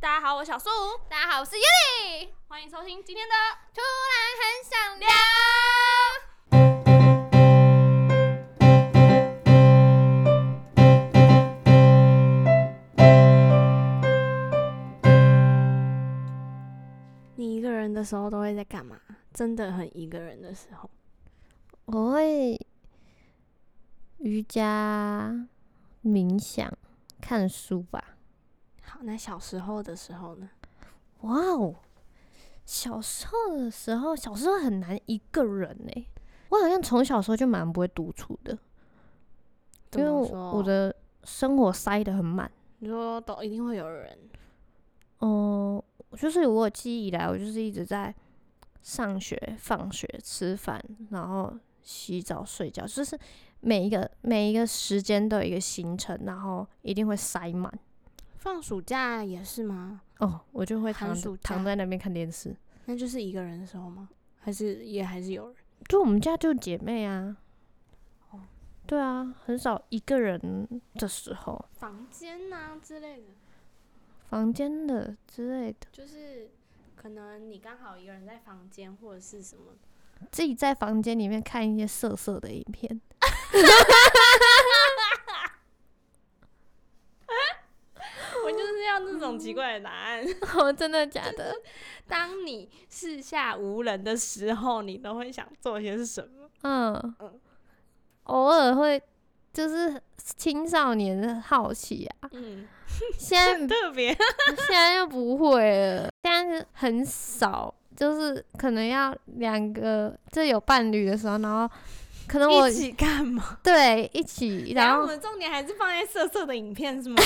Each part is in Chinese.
大家好，我小苏，大家好，我是 Yuli，欢迎收听今天的突然很想聊。你一个人的时候都会在干嘛？真的很一个人的时候，我会瑜伽、冥想、看书吧。好，那小时候的时候呢？哇哦，小时候的时候，小时候很难一个人欸呢、我好像从小时候就蛮不会独处的，怎因为么我说我的生活塞得很满。你说都一定会有人，嗯，就是我有记忆以来，我就是一直在上学、放学、吃饭，然后洗澡、睡觉，就是每一个每一个时间都有一个行程，然后一定会塞满。放暑假也是吗？哦，我就会寒躺暑躺假在那边看电视。那就是一个人的时候吗？还是也还是有人？就我们家就姐妹啊，哦对啊，很少一个人的时候，房间呐、之类的，房间的之类的，就是可能你刚好一个人在房间或者是什么，自己在房间里面看一些色色的影片。我就是要那种奇怪的答案。哦，真的假的？ 当你四下无人的时候，你都会想做些什么？ 嗯嗯，偶尔会就是青少年的好奇啊，嗯，现在特别现在又不会了，现在是很少，就是可能要两个就有伴侣的时候，然后可能我一起干嘛？对一起，然然后我后们重点还是放在色色的影片是 吗？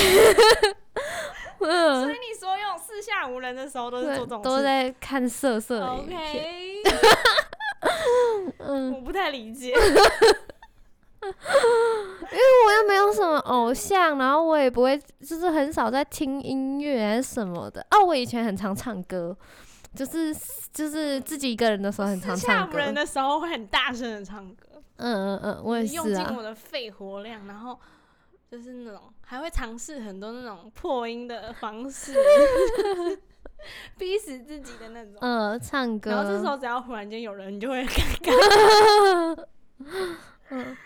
所以嗯，你所有四下无人的时候 都是做这对种都事在看色色的影片， OK，嗯，我不太理解。我又没有什么偶像，然后我也不会，就是很少在听音乐还是什么的。哦，我以前很常唱歌，就是就是自己一个人的时候很常四唱下无歌。人嗯的时候会很大声的唱歌，嗯嗯，我也用是尽啊我。的肺活量，然后就是那种还会尝试很多那种破音的方式， 逼死自己的那种。嗯，唱歌。嗯然后这时候只要忽然间有人，你就会尴尬。 嗯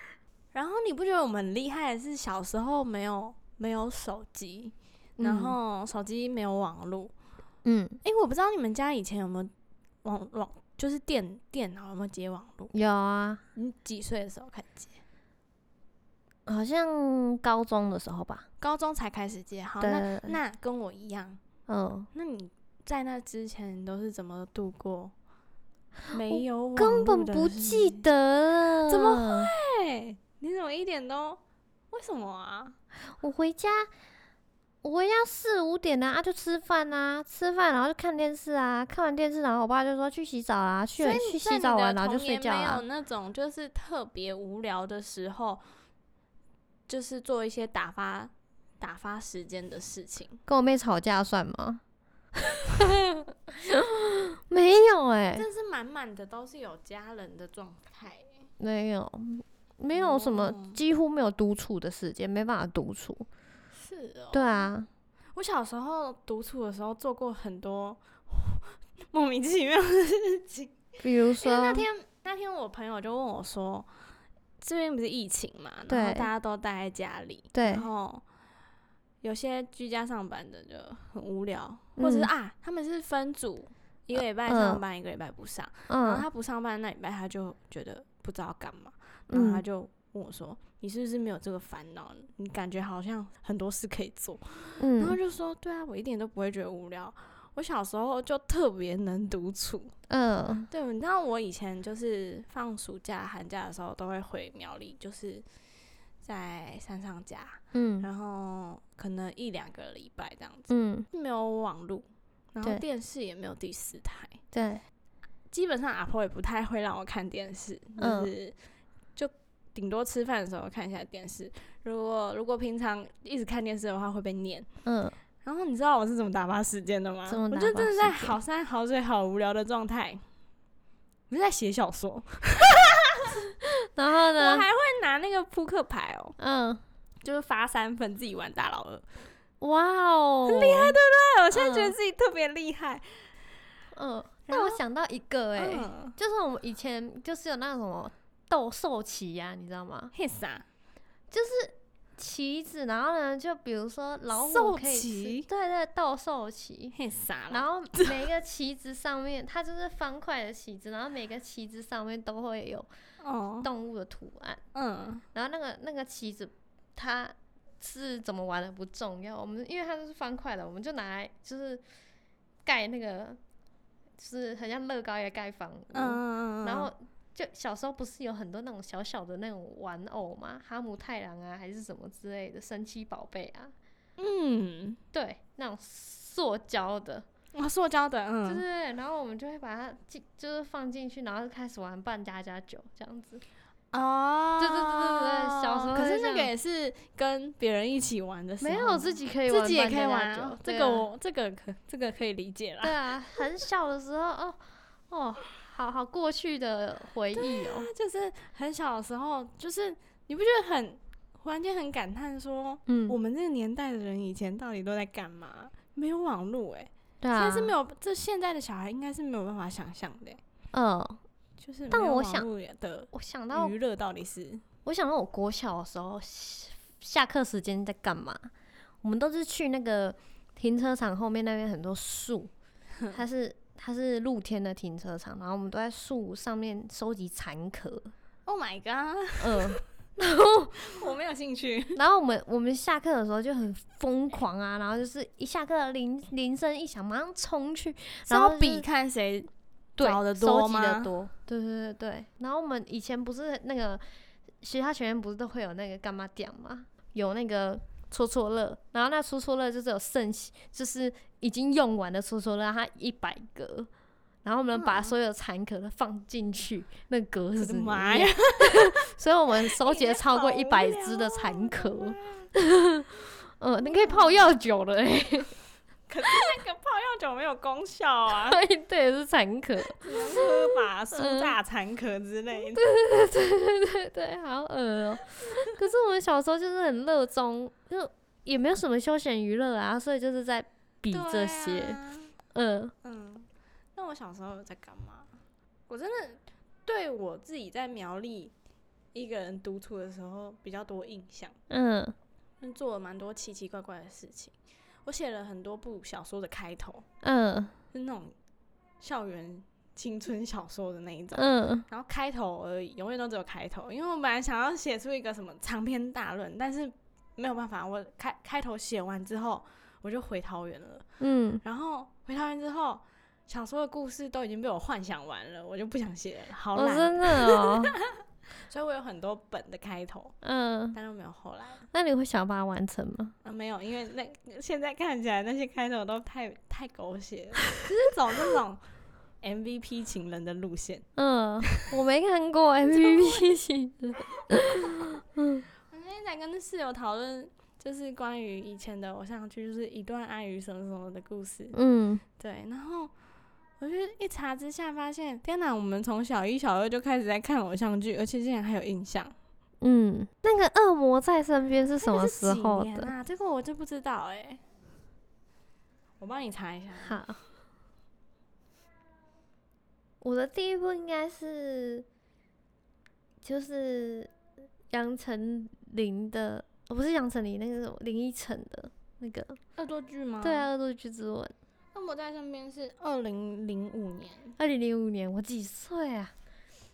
然后你不觉得我们很厉害的是小时候没有没有手机，然嗯后手机没有网络，嗯，诶，我不知道你们家以前有没有网网，就是电电脑有没有接网络？有啊，你几岁的时候开始接？好像高中的时候吧。高中才开始接，好，对那对，对那跟我一样，嗯，那你在那之前你都是怎么度过？没有网哦根本络的不日记子，得了。怎么会对，你怎么一点都为什么啊？我回家，我回家四五点啊，啊就吃饭啊，吃饭然后就看电视啊，看完电视然后我爸就说去洗澡啊，去所以去你洗澡完在然你后的就童睡年觉没有啊。那种就是特别无聊的时候，就是做一些打发打发时间的事情。跟我妹吵架算吗？ 没有哎、但是满满的都是有家人的状态欸。没有，没有什么哦，几乎没有独处的时间，没办法独处。是哦。对，啊，我小时候独处的时候做过很多 莫名其妙的事情。比如因为那说，天那天我朋友就问我说，这边不是疫情嘛，然后对大家都待在家里，对然后有些居家上班的就很无聊，或者是嗯啊，他们是分组，一个礼拜嗯上班，一个礼拜不上，然后嗯他不上班那礼拜他就觉得不知道干嘛，然后他嗯就问我说：“你是不是没有这个烦恼？你感觉好像很多事可以做。”然后嗯就说：“对啊，我一点都不会觉得无聊。我小时候就特别能独处，嗯对，你知道我以前就是放暑假、寒假的时候都会回苗栗，就是在山上家，嗯然后可能一两个礼拜这样子，嗯，没有网络，然后对电视也没有第四台，对，基本上阿婆也不太会让我看电视，就嗯是、就顶多吃饭的时候看一下电视。如果如果平常一直看电视的话会被念。 嗯然后你知道我是怎么打发时间的吗？怎么我打就真发的在时间好山好水好无聊的状态，我就在写小说，然后我呢？还会拿那个扑克牌哦，嗯，就是发三分自己玩大老二，哇哦，很厉害哎对，我我现在觉得嗯自己特别厉害。嗯，然那我想到一个哎、嗯，就是我们以前就是有那种什么斗兽棋呀、你知道吗？嘿啥？就是棋子，然后呢，就比如说老兽虎可以吃棋对对，斗兽棋。嘿啥然啦？ 后每一个棋子上面，它就是方块的棋子，然后每个棋子上面都会有哦，动物的图案。嗯，然后那个那个棋子，它是怎么玩的不重要，我们因为它都是方块的，我们就拿来就是盖那个，就是很像乐高一个盖房屋。嗯，然后就小时候不是有很多那种小小的那种玩偶吗？哈姆太郎啊，还是什么之类的神奇宝贝啊，嗯，对，那种塑胶的，啊，塑胶的，对嗯对，对。然后我们就会把它进，就是放进去，然后就开始玩扮家家酒这样子。哦，对对对对对小时候可会是这那个样也是跟别人一起玩的时候没吗，有自己可以自己也扮可以家玩家酒啊，这对个啊我这个可这个可以理解啦。对啊，很小的时候哦哦，好好过去的回忆哦。那就是很小的时候，就是你不觉得很忽然间很感叹说，我嗯，们那个年代的人以前到底都在干嘛？没有网络哎、对欸，啊，现在是没有，这现在的小孩应该是没有办法想象的欸、嗯。就是但没有我网想络也的我想到娱乐到底是我想到我国小的时候，下下课时间在干嘛？我们都是去那个停车场后面那边很多树，它是它是露天的停车场，然后我们都在树上面收集蚕壳， ，Oh my god，嗯，我没有兴趣。然后我们我们下课的时候就很疯狂啊，然后就是一下课铃铃声一响，马上冲去，然然后后就是比看谁对，找得收多集的吗多，对对对对。然后我们以前不是那个学校前面不是都会有那个干嘛点吗？有那个戳戳乐，然后那戳戳乐就是有剩，就是已经用完的戳戳乐，它一百格。然后我们把所有残壳都放进去、那嗯格我子的里妈面呀， 所以我们收集了超过一百只的残壳。哦 嗯，你可以泡药酒了哎、那个泡药酒没有功效 啊，欸， 对，是残壳。只能喝吧，苏嗯打残壳之类的。 对，好恶哦、可是我们小时候就是很热衷，就也没有什么休闲娱乐啊，所以就是在比对这些。啊嗯嗯，那我小时候有在干嘛？我真的对我自己在苗栗一个人独处的时候比较多印象，嗯，嗯做了蛮多奇奇怪怪的事情。我写了很多部小说的开头，嗯是那种校园青春小说的那一种。嗯然后开头而已，永远都只有开头。因为我本来想要写出一个什么长篇大论，但是没有办法，我开开头写完之后，我就回桃园了。嗯，然后回桃园之后，小说的故事都已经被我幻想完了，我就不想写了，好我懒。真 的哦、所以我有很多本的开头，嗯，但都没有后来了那你会想把它完成吗？啊，没有，因为那现在看起来那些开头都太太狗血了， 就是走那种 MVP 情人的路线。 嗯，我没看过 M V P 型的。我那天在跟室友讨论，就是关于以前的偶像剧，就是一段爱与什么什么的故事。嗯，对，然后我就一查之下发现，天哪，我们从小一、小二就开始在看偶 像剧，而且竟然还有印象。嗯，那个恶魔在身边是什么时候那个是几年的？啊？这个我就不知道哎、我帮你查一下。好，我的第一部应该是就是杨丞琳的，哦，不是杨丞琳，那个是什么林依晨的那个，恶作剧吗？对。啊，《恶作剧之吻》，那我在身边是二零零五年，二零零五年，我几岁啊？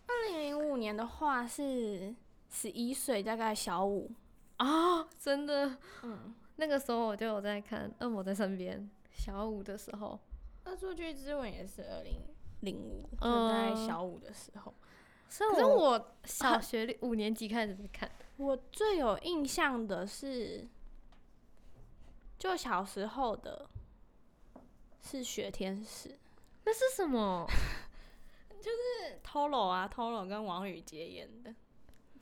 二零零五年的话是十一岁，大概小五。啊、真的，嗯，那个时候我就有在看《恶魔在身边》，小五的时候，恶作剧之吻也是二零零五，就嗯在小五的时候。所以可是我我小学六五年级开始在看，我最有印象的是，就小时候的是雪天使，那是什么？是 Tolo 啊，Tolo 跟王宇杰演的。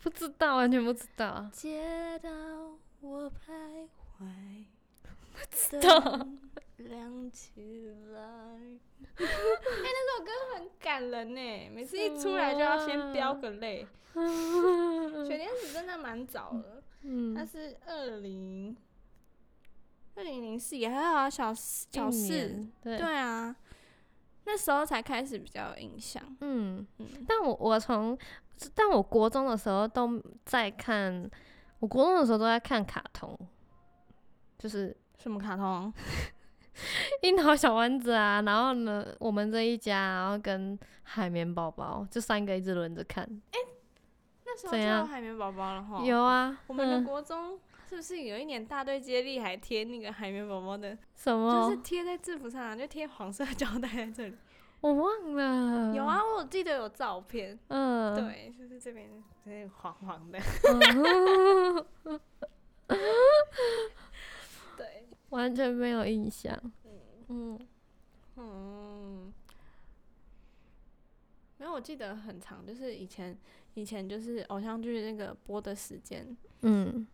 不知道，完全不知道啊。街道我徘 徊，知道灯亮起来。 哎、那首歌很感人呢，每次一出来就要先飙个泪。雪天使真的蛮早了，它嗯是二零二零零四也还好啊，小四小一四年，对，对啊，那时候才开始比较有印象。嗯，嗯，但我我从，但我国中的时候都在看，我国中的时候都在看卡通，就是 什么卡通？樱桃小丸子啊，然后呢，我们这一家，然后跟海绵宝宝，这三个一直轮着看。那时候怎就有样海绵宝宝了哈。有啊，哦我们的嗯国中是不是有一年大队接力还贴那个海绵宝宝的， 什么？就是贴在制服上、啊，就贴黄色胶带在这里。我忘了。有，啊，我有记得有照片。嗯，对，就是这边就是黄黄的。嗯对，完全没有印象。嗯，嗯，没有，我记得很长，就是以前以前就是偶像剧那个播的时间，嗯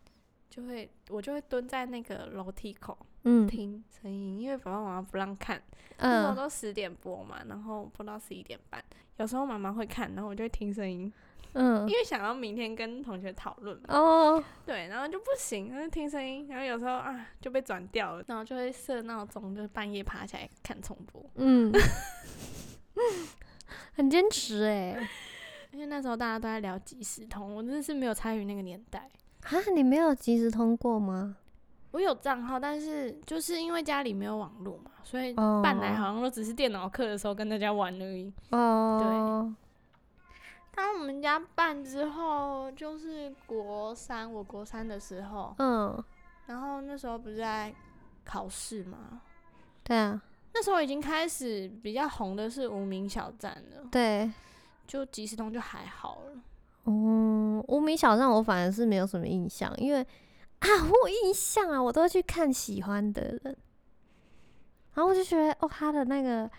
就会我就会蹲在那个楼梯口嗯听声音，因为爸爸妈妈不让看，那时候嗯，都十点播嘛，然后播到十一点半，有时候妈妈会看，然后我就会听声音，嗯因为想要明天跟同学讨论嘛，哦，对，然后就不行，然后听声音，然后有时候啊就被转掉了，然后就会设闹钟，就是半夜爬起来看重播，嗯， 很坚持哎、因为那时候大家都在聊即时通，我真的是没有参与那个年代。啊，你没有及时通过吗？我有账号，但是就是因为家里没有网络嘛，所以哦，办来好像都只是电脑课的时候跟大家玩而已。哦，当我们家办之后，就是国三，我国三的时候，嗯，然后那时候不是在考试嘛，对啊，那时候已经开始比较红的是无名小站了，对，就即时通就还好了。嗯，无名小站我反而是没有什么印象，因为啊，我有印象啊，我都会去看喜欢的人，然后我就觉得哦，他的那个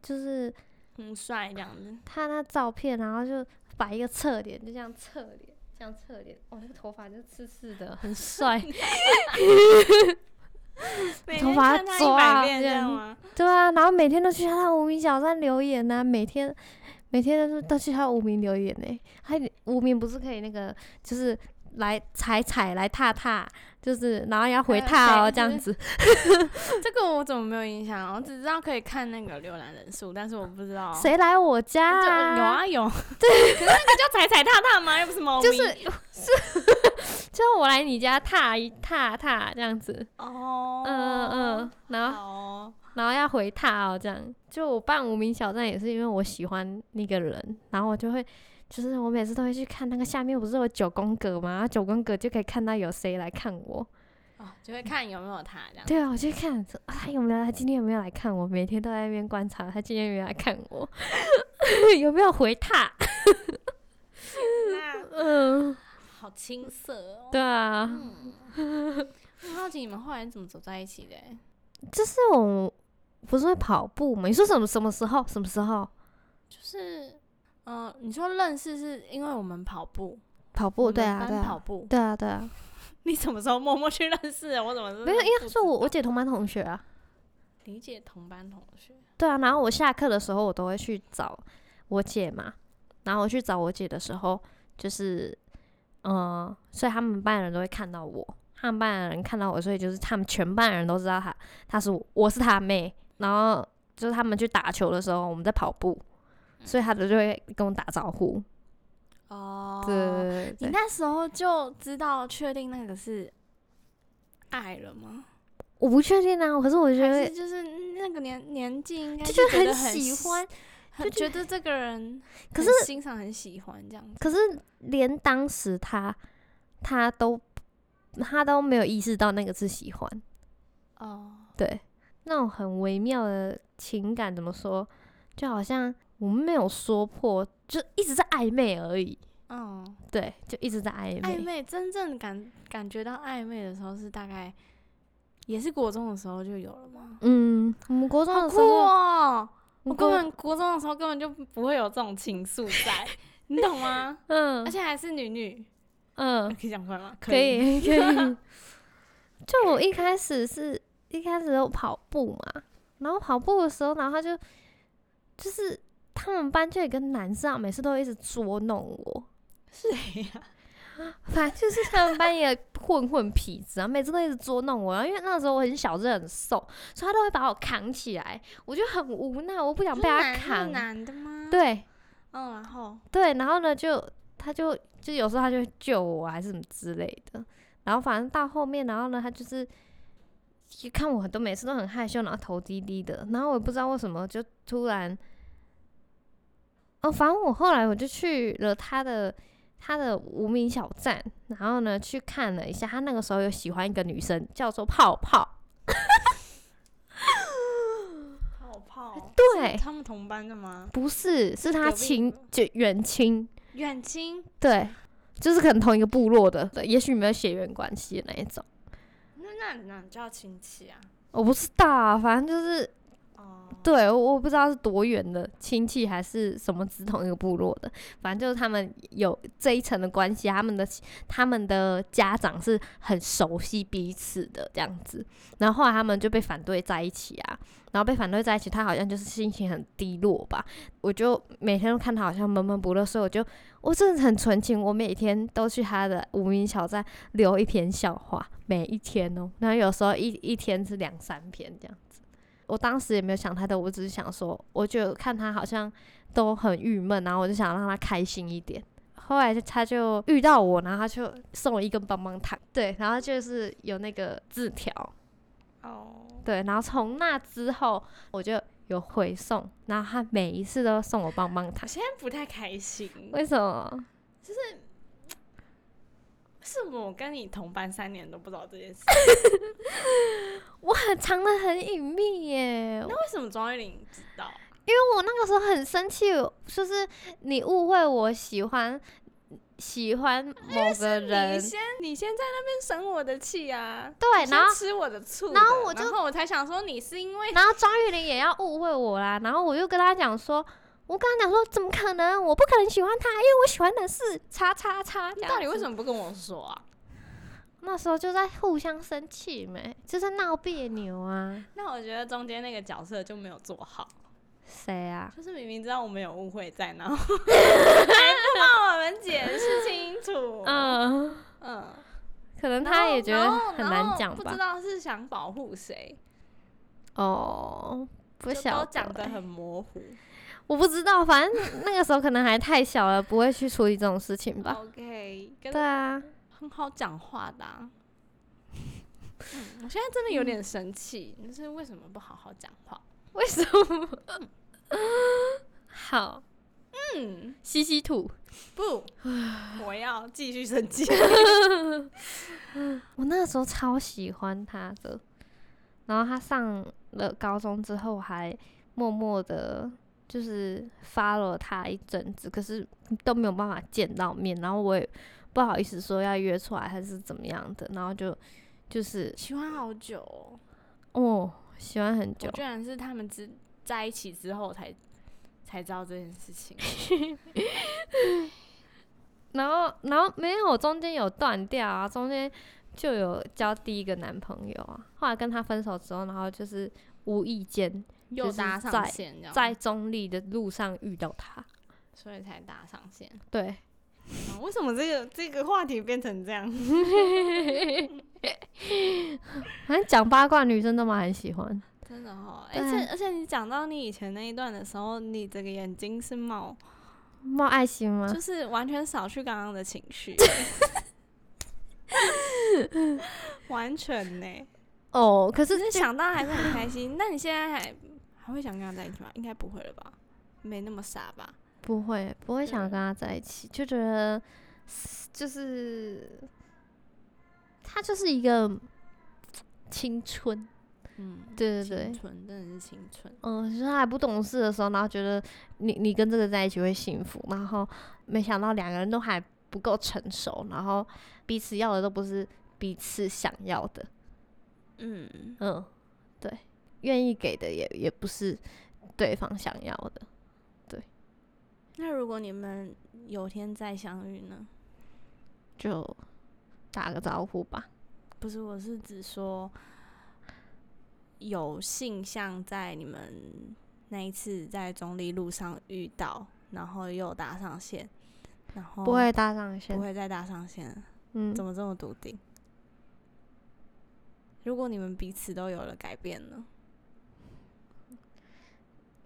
就是很帅这样子，他那照片，然后就摆一个侧脸，就这样侧脸，这样侧脸，哦，那个头发就刺刺的，很帅。每头天发看他一抓百遍这这样样吗？对啊，然后每天都去他的无名小站留言呐、每天每天都都去他无名留言呢、他无名不是可以那个就是来踩踩来踏踏，就是然后要回还有踏哦呃谁这样就是子。 这个我怎么没有印象啊？我只知道可以看那个浏览人数，但是我不知道谁来我家、这啊？哦有，啊 有，对，可是那个叫踩踩踏踏吗？又不是猫咪，就是就是我来你家踏一踏踏这样子。哦，嗯嗯嗯，然后好哦，然后要回踏哦，这样。就我办无名小站也是因为我喜欢那个人，然后我就会，就是我每次都会去看那个下面不是有九宫格嘛，然后九宫格就可以看到有谁来看我。哦，就会看有没有他这样。对啊，我就看说啊他有没有，他今天有没有来看我？每天都在那边观察他今天有没有来看我， 有没有回 踏？那嗯，好青涩哦。对啊，嗯，我很好奇你们后来怎么走在一起的欸？就是我不是会跑步嘛？你说什么什么时候？什么时候就是，嗯，你说认识是因为我们跑步，跑我步？们对啊，班对跑啊，步。 对啊，对啊，你什么时候默默去认识的？我怎么没有，因为他不是知我我道姐同班同学啊。理解同班同学，对啊，然后我下课的时候，我都会去找我姐嘛。然后我去找我姐的时候，就是，呃，所以他们班的人都会看到我，他们班的人看到我，所以就是他们全班的人都知道她，她是我，我是她妹。然后就是他们去打球的时候，我们在跑步，嗯所以她就会跟我打招呼。哦对对你对对，那时候就知道确定那个是爱了吗？我不确定啊，可是我觉还得是就是那个年年纪应该就是是觉得很很喜欢，很觉得这个人可很是欣赏很喜欢这样子。可是连当时她，她都她都没有意识到那个是喜欢。哦，对，那种很微妙的情感怎么说？就好像我们没有说破，就一直在暧昧而已。嗯，对，就一直在暧昧。暧昧真正感感觉到暧昧的时候是大概也是国中的时候就有了吗？嗯，我们国中好的时酷候，哦！我我们根国本国中的时候根本就不会有这种情愫在， 你懂吗？而嗯且还是女女，嗯，可以讲出来吗？可。以 可以。就我一开始是一开始有跑步嘛，然后跑步的时候，然后他就就是他们班就有一个男生啊，每次都一直捉弄我，谁呀？ 反正就是他们班一个混混痞子啊，每次都一直捉弄我。然后因为那时候我很小，真的很瘦，所以他都会把我扛起来，我就很无奈，我不想被他扛。男的吗？，对嗯，然后对，然后呢，就他就就有时候他就会救我啊还是什么之类的。然后反正到后面，然后呢，他就是一看我都每次都很害羞，然后头低低的，然后我也不知道为什么就突然，哦，反正我后来我就去了他的他的无名小站，然后呢去看了一下，他那个时候有喜欢一个女生，叫做泡泡，泡泡，对是他们同班的吗？不是是他隔壁亲就远亲，远亲，对，就是可能同一个部落的，对，也许没有血缘关系的那一种。那那哪叫亲戚啊？我不知道啊，反正就是哦，对我我不知道是多远的亲戚还是什么只同一个部落的，反正就是他们有这一层的关系，他们的他们的家长是很熟悉彼此的这样子。然后后来他们就被反对在一起啊，然后被反对在一起，他好像就是心情很低落吧。我就每天都看他好像闷闷不乐，所以我就我真的很纯情，我每天都去他的无名小站留一篇笑话，每一天哦，然后有时候一一天是两三篇这样子。我当时也没有想太多，我只是想说，我觉得看他好像都很郁闷，然后我就想让他开心一点。后来就他就遇到我，然后他就送我一根棒棒糖，对，然后就是有那个字条，哦，对，然后从那之后我就有回送，然后他每一次都送我棒棒我糖，现在不太开心，为什么？是我跟你同班三年都不知道这件事， 我很藏的很隐秘耶，那为什么庄玉玲知道？因为我那个时候很生气，就是你误会我喜欢喜欢某个你人，先你先在那边生我的气啊！对，你然后先吃我的醋的，然后我就然后我才想说你是因为然后张玉玲也要误会我啦，然后我就跟他讲说，我跟他讲说，怎么可能？我不可能喜欢他，因为我喜欢的是叉叉叉。你到底为什么？么不跟我说啊？那时候就在互相生气没，就是闹别扭啊。那我觉得中间那个角色就没有做好，谁啊？就是明明知道我们有误会在，然 后还不帮我们解释清楚。嗯嗯，嗯，可能他也觉得然后很然难后讲不知吧。道是想保护谁，哦，不就晓都得讲的欸很模糊。我不知道，反正那个时候可能还太小了，不会去处理这种事情哦吧。 OK，跟对啊，很好讲话的 啊、嗯，我现在真的有点生气，就是为什么不好好讲话？为什么？好，嗯，吸吸吐。不，我要继续生气。我那时候超喜欢他的，然后他上了高中之后，我还默默的，就是 follow 他一阵子，可是都没有办法见到面，然后我也不好意思说要约出来还是怎么样的，然后就就是喜欢好久、哦，哦，喜欢很久我，居然是他们之在一起之后才才知道这件事情。然后然后没有中间有断掉啊，中间就有交第一个男朋友啊，后来跟他分手之后，然后就是无意间又就是搭上在线，这样在中立的路上遇到他。所以才搭 上线。对，哦为什么这个这个话题变成这样？ 反正讲八卦女生都蛮很喜欢。真的哦，而对啊且而且你讲到你以前那一段的时候，你这个眼睛是冒，冒爱心吗？就是完全扫去刚刚的情 绪，完全 呢。哦，可是只是想到还是很开心。那你现在还还会想跟他在一起吗？应该不会了吧？没那么傻吧？不会，不会想对跟他在一起，就觉得就是他就是一个青春，嗯，对对对青，春真的是青春。嗯，就是他还不懂事的时候，然后觉得你你跟这个在一起会幸福，然后没想到两个人都还不够成熟，然后彼此要的都不是彼此想要的，嗯，嗯，对，愿意给的也也不是对方想要的。那如果你们有天再相遇呢？就打个招呼吧。不是，我是指说有幸像在你们那一次在中立路上遇到，然后又搭上线，然后不会搭上线哦不。会再搭上线了，嗯怎，么这么笃定？如果你们彼此都有了改变呢？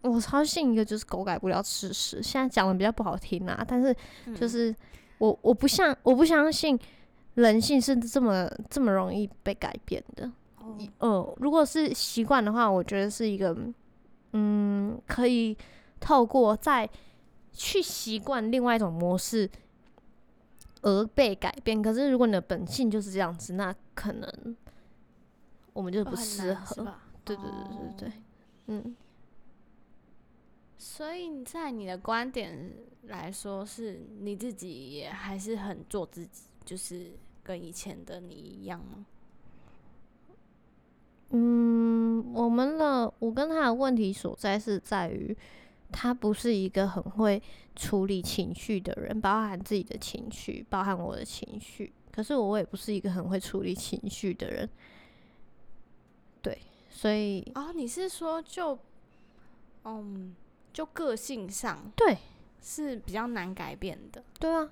我超信一个就是狗改不了吃屎，现在讲的比较不好听啦，但是就嗯是我我不像我不相信人性是这么这么容易被改变的。哦呃，如果是习惯的话，我觉得是一个嗯，可以透过在去习惯另外一种模式而被改变。可是如果你的本性就是这样子，那可能我们就哦不很适难是合。吧？对对对对对哦嗯，所以你在你的观点来说，是你自己也还是很做自己，就是跟以前的你一样吗？嗯，我们的我跟他的问题所在是在于，他不是一个很会处理情绪的人，包含自己的情绪，包含我的情绪。可是我也不是一个很会处理情绪的人，对，所以哦，你是说就，嗯，就个性上对是比较难改变的，对啊，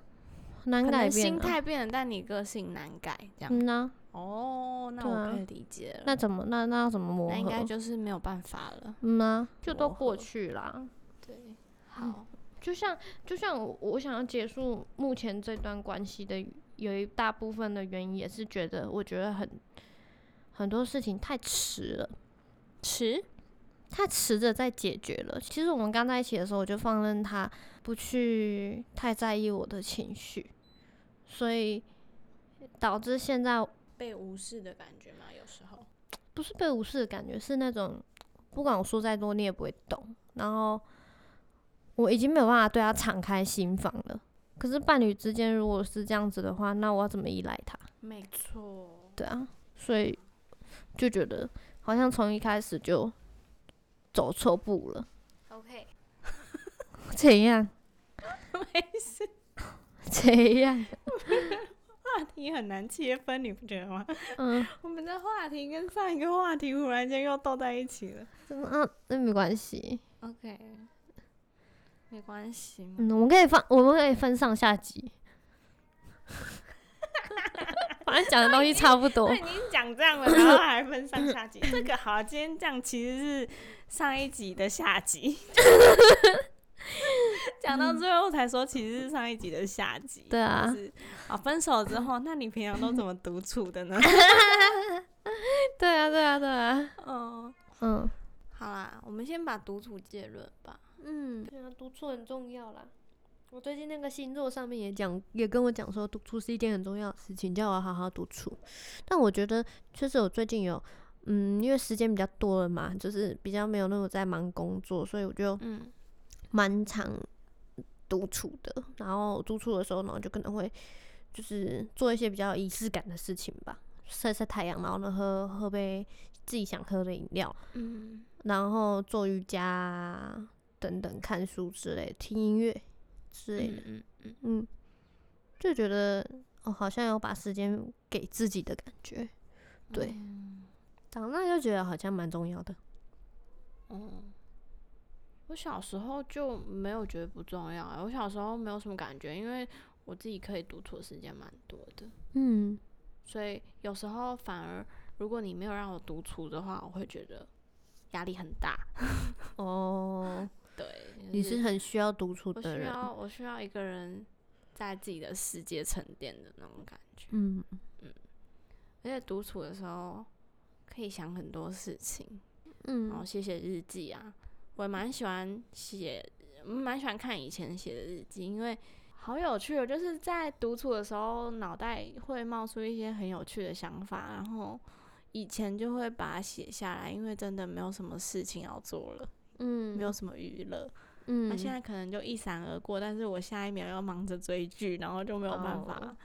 很难可改能变、啊、心态变了，但你个性难改这样。嗯呐、哦，那对我啊可以理解了。那怎么那那要哦怎么磨那应该合？就是没有办法了。嗯呐、就都磨过合去啦。对，嗯好，就像就像我我想要结束目前这段关系的有一大部分的原因也是觉得我觉得很很多事情太迟了，迟太迟着在解决了。其实我们刚在一起的时候，我就放任他不去太在意我的情绪，所以导致现在被无视的感觉嘛，有时候。不是被无视的感觉，是那种不管我说再多，你也不会懂。然后我已经没有办法对他敞开心房了。可是伴侣之间如果是这样子的话，那我要怎么依赖他？没错，对啊，所以就觉得好像从一开始就走错步了。 ，OK，怎样？没事。 怎样？ 话题很难切分，你不觉得吗？ 嗯，我们的话题跟上一个话题忽然间又斗在一起了。真的啊，那没关系。 OK，没关系嘛。嗯，我们可以放，我们可以分上下集。反正讲的东西差不 多那。已经讲这样了，然后还分上下 集，这个好，今天这样其实是上一集的下 集，讲到最后才说其实是上一集的下集，对啊就是啊，分手之后，那你平常都怎么独处的呢？对啊，对啊，对啊。 哦，嗯，好啦，我们先把独处结论吧，嗯，对啊，独处很重要啦。我最近那个星座上面也讲，也跟我讲说，独处是一件很重要的事情，叫我好好独处。但我觉得，确实我最近有，嗯，因为时间比较多了嘛，就是比较没有那种在忙工作，所以我就嗯蛮常独处的。然后独处的时候呢，就可能会就是做一些比较有仪式感的事情吧，晒晒太阳，然后呢喝喝杯自己想喝的饮料，嗯，然后做瑜伽啊等等，看书之类，听音乐之类的，嗯嗯嗯，就觉得哦，好像有把时间给自己的感觉。对，长大就觉得好像蛮重要的。嗯，我小时候就没有觉得不重要、欸，我小时候没有什么感觉，因为我自己可以独处的时间蛮多的，嗯，所以有时候反而如果你没有让我独处的话，我会觉得压力很大。 哦，对，你是很需要独处我的需人。要我需要一个人在自己的世界沉淀的那种感觉，嗯，而且独处的时候可以想很多事情，然后嗯写写日记啊，我也蛮喜欢写，嗯蛮喜欢看以前写的日记，因为好有趣哦。就是在独处的时候，脑袋会冒出一些很有趣的想法，然后以前就会把它写下来，因为真的没有什么事情要做了，嗯，没有什么娱乐。那、嗯，现在可能就一闪而过，但是我下一秒要忙着追剧，然后就没有办哦法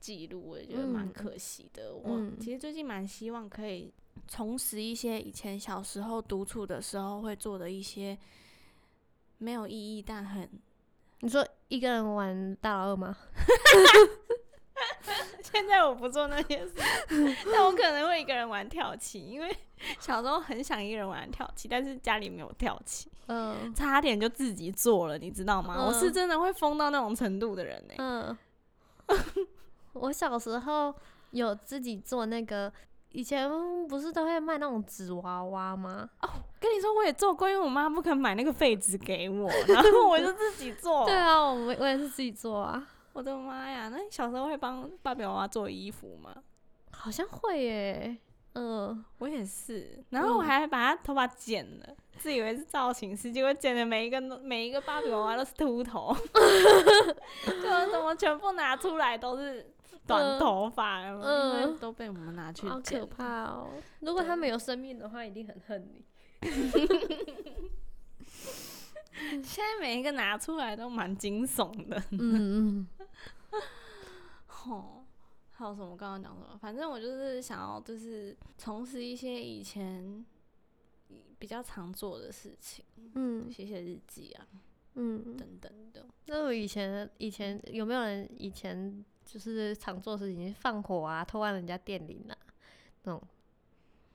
记录，我也觉得蛮嗯可惜的。嗯我其实最近蛮希望可以重拾一些以 前小时候独处的时候会做的一些没有意义但很 你说一个人玩大老二吗？现现在我不做那些事，但我可能会一个人玩跳棋，因为 小时候很想一个人玩跳棋，但是家里没有跳棋，嗯差点就自己做了，你知道吗？嗯我是真的会疯到那种程度的人欸呢、嗯， 我小时候有自己做那个，以前不是都会卖那种纸娃娃吗？跟你说，我也做过，因为我妈不肯买那个废纸给我，然后我就自己做。哦对啊，我我我也是自己做啊，我的妈呀！那你小时候会帮芭比娃娃做衣服吗？好像会耶。嗯，我也是，然后我嗯还把她头发剪了，自以为是造型师，结果剪的每一个都每一个芭比娃娃都是秃头， 就是怎么全部拿出来都是短嗯头发，嗯因为都被我们拿去好剪可怕哦！如果他们有生命的话，一定很恨你。现在每一个拿出来都蛮惊悚的。嗯 哦，还有什么？刚刚讲什么？反正我就是想要，就是重拾一些以前比较常做的事情，嗯写写日记啊，嗯嗯。等等的。那我以前以前有没有人以前就是常做事情，放火啊，偷按人家电铃啊，那种，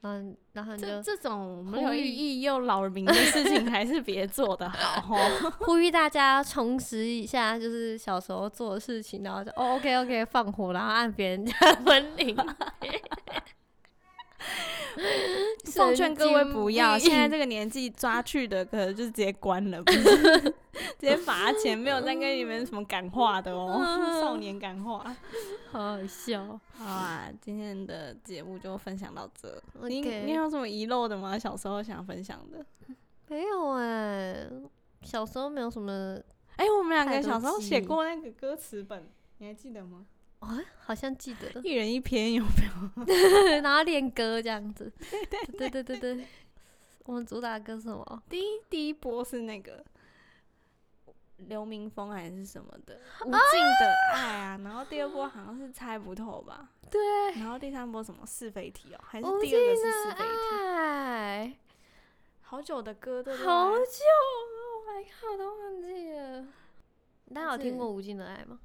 然后然后你这就这种没呼有吁意义又扰民的事情，还是别做的好哦。呼吁大家重拾一下，就是小时候做的事情，然后就哦 OK OK 放火，然后按别人家的 门 铃，奉劝各位不要，神经现在病这 个年纪抓去的，可能就直接关了， 不是直接罚钱，没有再跟你们什么感化的 哦，少年感化。好好笑。好啊，今天的节目就分享到这。你 OK 你有什么遗漏的吗？小时候想分享的？没有哎、小时候没有什么，哎、我们两太个多小时候记写忆过那个歌词本，你还记得吗？啊、好像记得，一人一篇有没有？然后练歌这样子，对对对对对。我们主打歌是什么？第一第一波是那个刘明峰还是什么的《无尽的爱》啊，然后第二波好像是猜不透吧，对，然后第三波什么是非题哦，还是无第二个是是的非题？爱，好久的歌对不对？好久哦，Oh my god，都忘记了。大家有是听过《无尽的爱》吗？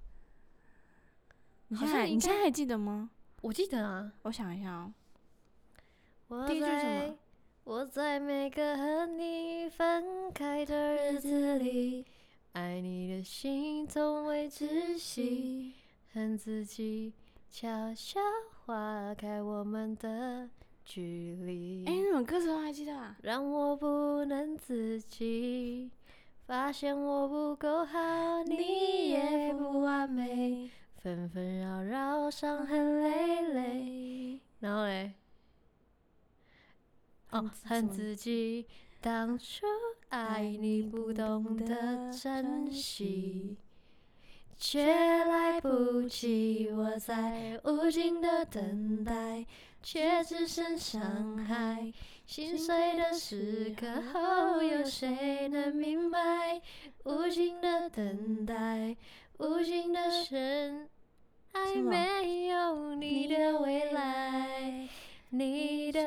你好现像在应你现该在还记得吗？我记得啊，我想一下哦，我第一句是什么在我在每个和你分开的日子里，爱你的心从未窒息，恨自己悄悄划开我们的距离。哎，你们歌词都还记得啊？让我不能自己，发现我不够好，你也不完美，，纷纷扰扰，伤痕累累。累。然后嘞，哦恨自，恨什么自己当初爱你不懂得珍惜，却来不及。我在无尽的等待，却只剩伤害。心碎的时刻后，有谁能明白？无尽的等待，无尽的深爱，是吗没有你的未来。你的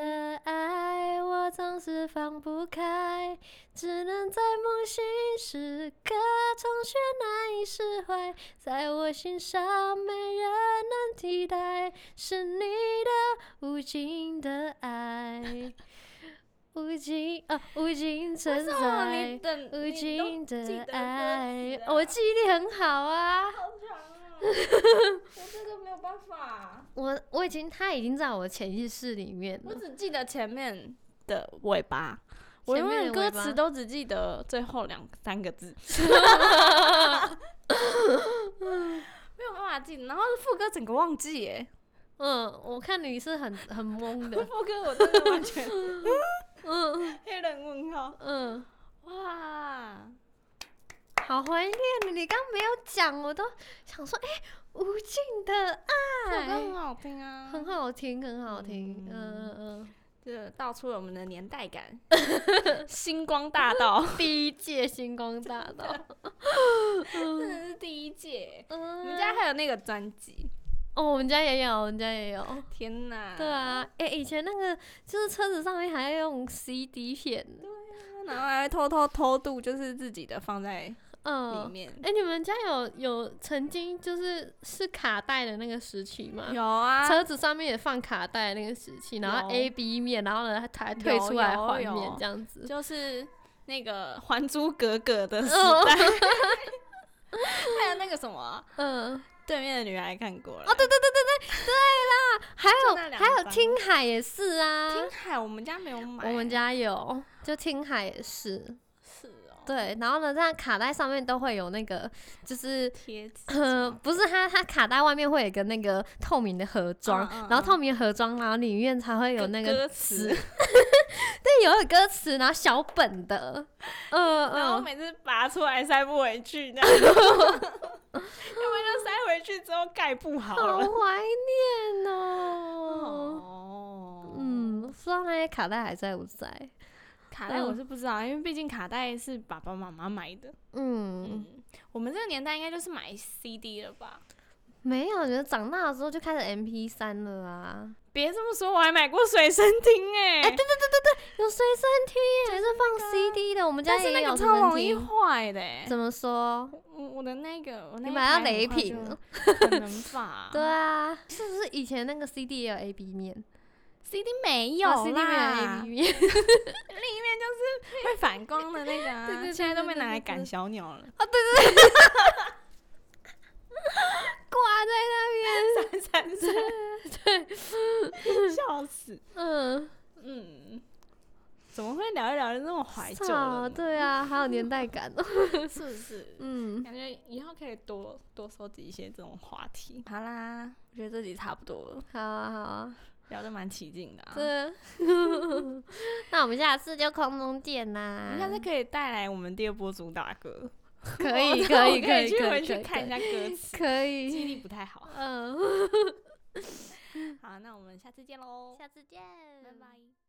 爱我总是放不开，只能在梦醒时刻重却难以释怀，在我心上没人能替代，是你的无尽的 爱，无尽啊无尽存哦，你在，等无尽的爱，啊哦我记忆力很好啊，好长啊！我这个没有办法，我我已经他已经在我的潜意识里 面我了，只记得前面的尾巴，我永远前面的歌尾巴词都只记得最后两三 个 字，没有办法记得。然后副歌整个忘记耶，嗯，我看你是很很懵 的，副歌我真的完全嗯黑人 问号。嗯，哇，好怀念你，你刚没有讲，我都想说，哎、无尽的副歌很爱，好听啊，很好听，很好听，嗯嗯嗯这道出了我们的年代感，星光大道嗯， 第一届星光大道，真的是第一届。嗯，我们家还有那个专辑，哦，我们家也有，我们家也有，天哪！对啊，哎、以前那个就是车子上面还要用 CD 片呢，然后还会偷偷偷渡，就是自己的放在里嗯，面。哎、你们家有有曾经就是是卡带的那个时期吗？有啊，车子上面也放卡带那个时期，然后有 A B 面，然后呢，它还退出来有有换有面这样 子。就是那个《还珠格格》 的时嗯代，还有那个什么嗯， 《对面的女孩》看过了。哦，对对，还有那两还有张听海也是啊，听海我们家没有买，我们家有，就听海也是。是哦，对，然后呢，它卡带上面都会有那个，就是。贴纸什呃，么 不是它，它卡带外面会有一个那个透明的盒装，嗯嗯然后嗯透明盒装，然后里面才会有那个歌词，对，有有歌词，然后小 本的，嗯然后嗯，每次拔出来塞不回去， 这样，要不然就塞回去之后盖不好好了。怀念哦。哦，嗯，不知道那些卡带还在不在？卡带嗯我是不知道，因为毕竟卡带是爸爸妈妈买的。嗯，嗯，我们这个年代应该就是买 CD 了吧？没有，觉得长大了之后就开始 MP 三了啊，别这么说，我还买过随身听哎、对对，有随身听耶，是放 CD 的，我们家啊但是也那有个随超身容易听。坏的、欸。怎么说？我我的那个，我那一你买到台雷很快品就了可能吧？ 对啊，是不是以前那个 CD 也有 A B 面？ ，CD 没啊有 CD 没有 A 啦 B，面， 会反光的那个、啊， 对对对现在都对被对拿来对赶对小鸟 了，挂在那边。三三三， 对，笑死。嗯，嗯，怎么会聊一聊就那么 怀旧操了呢？对啊，好有年代感哦。是不是？ 嗯，感觉以后可以多多收集一些这种话题。好啦，我觉得这集差不多了，好啊，好啊，聊得蛮起劲的啊。 对。那我们下次就空中见啦。我们下次可以带来我们第二波主打歌，可以我可哦 以我可可以去可以回可去以看一下歌词，可记忆以，力不太好。啊嗯。 好，那我们下次见喽，下次见，拜拜。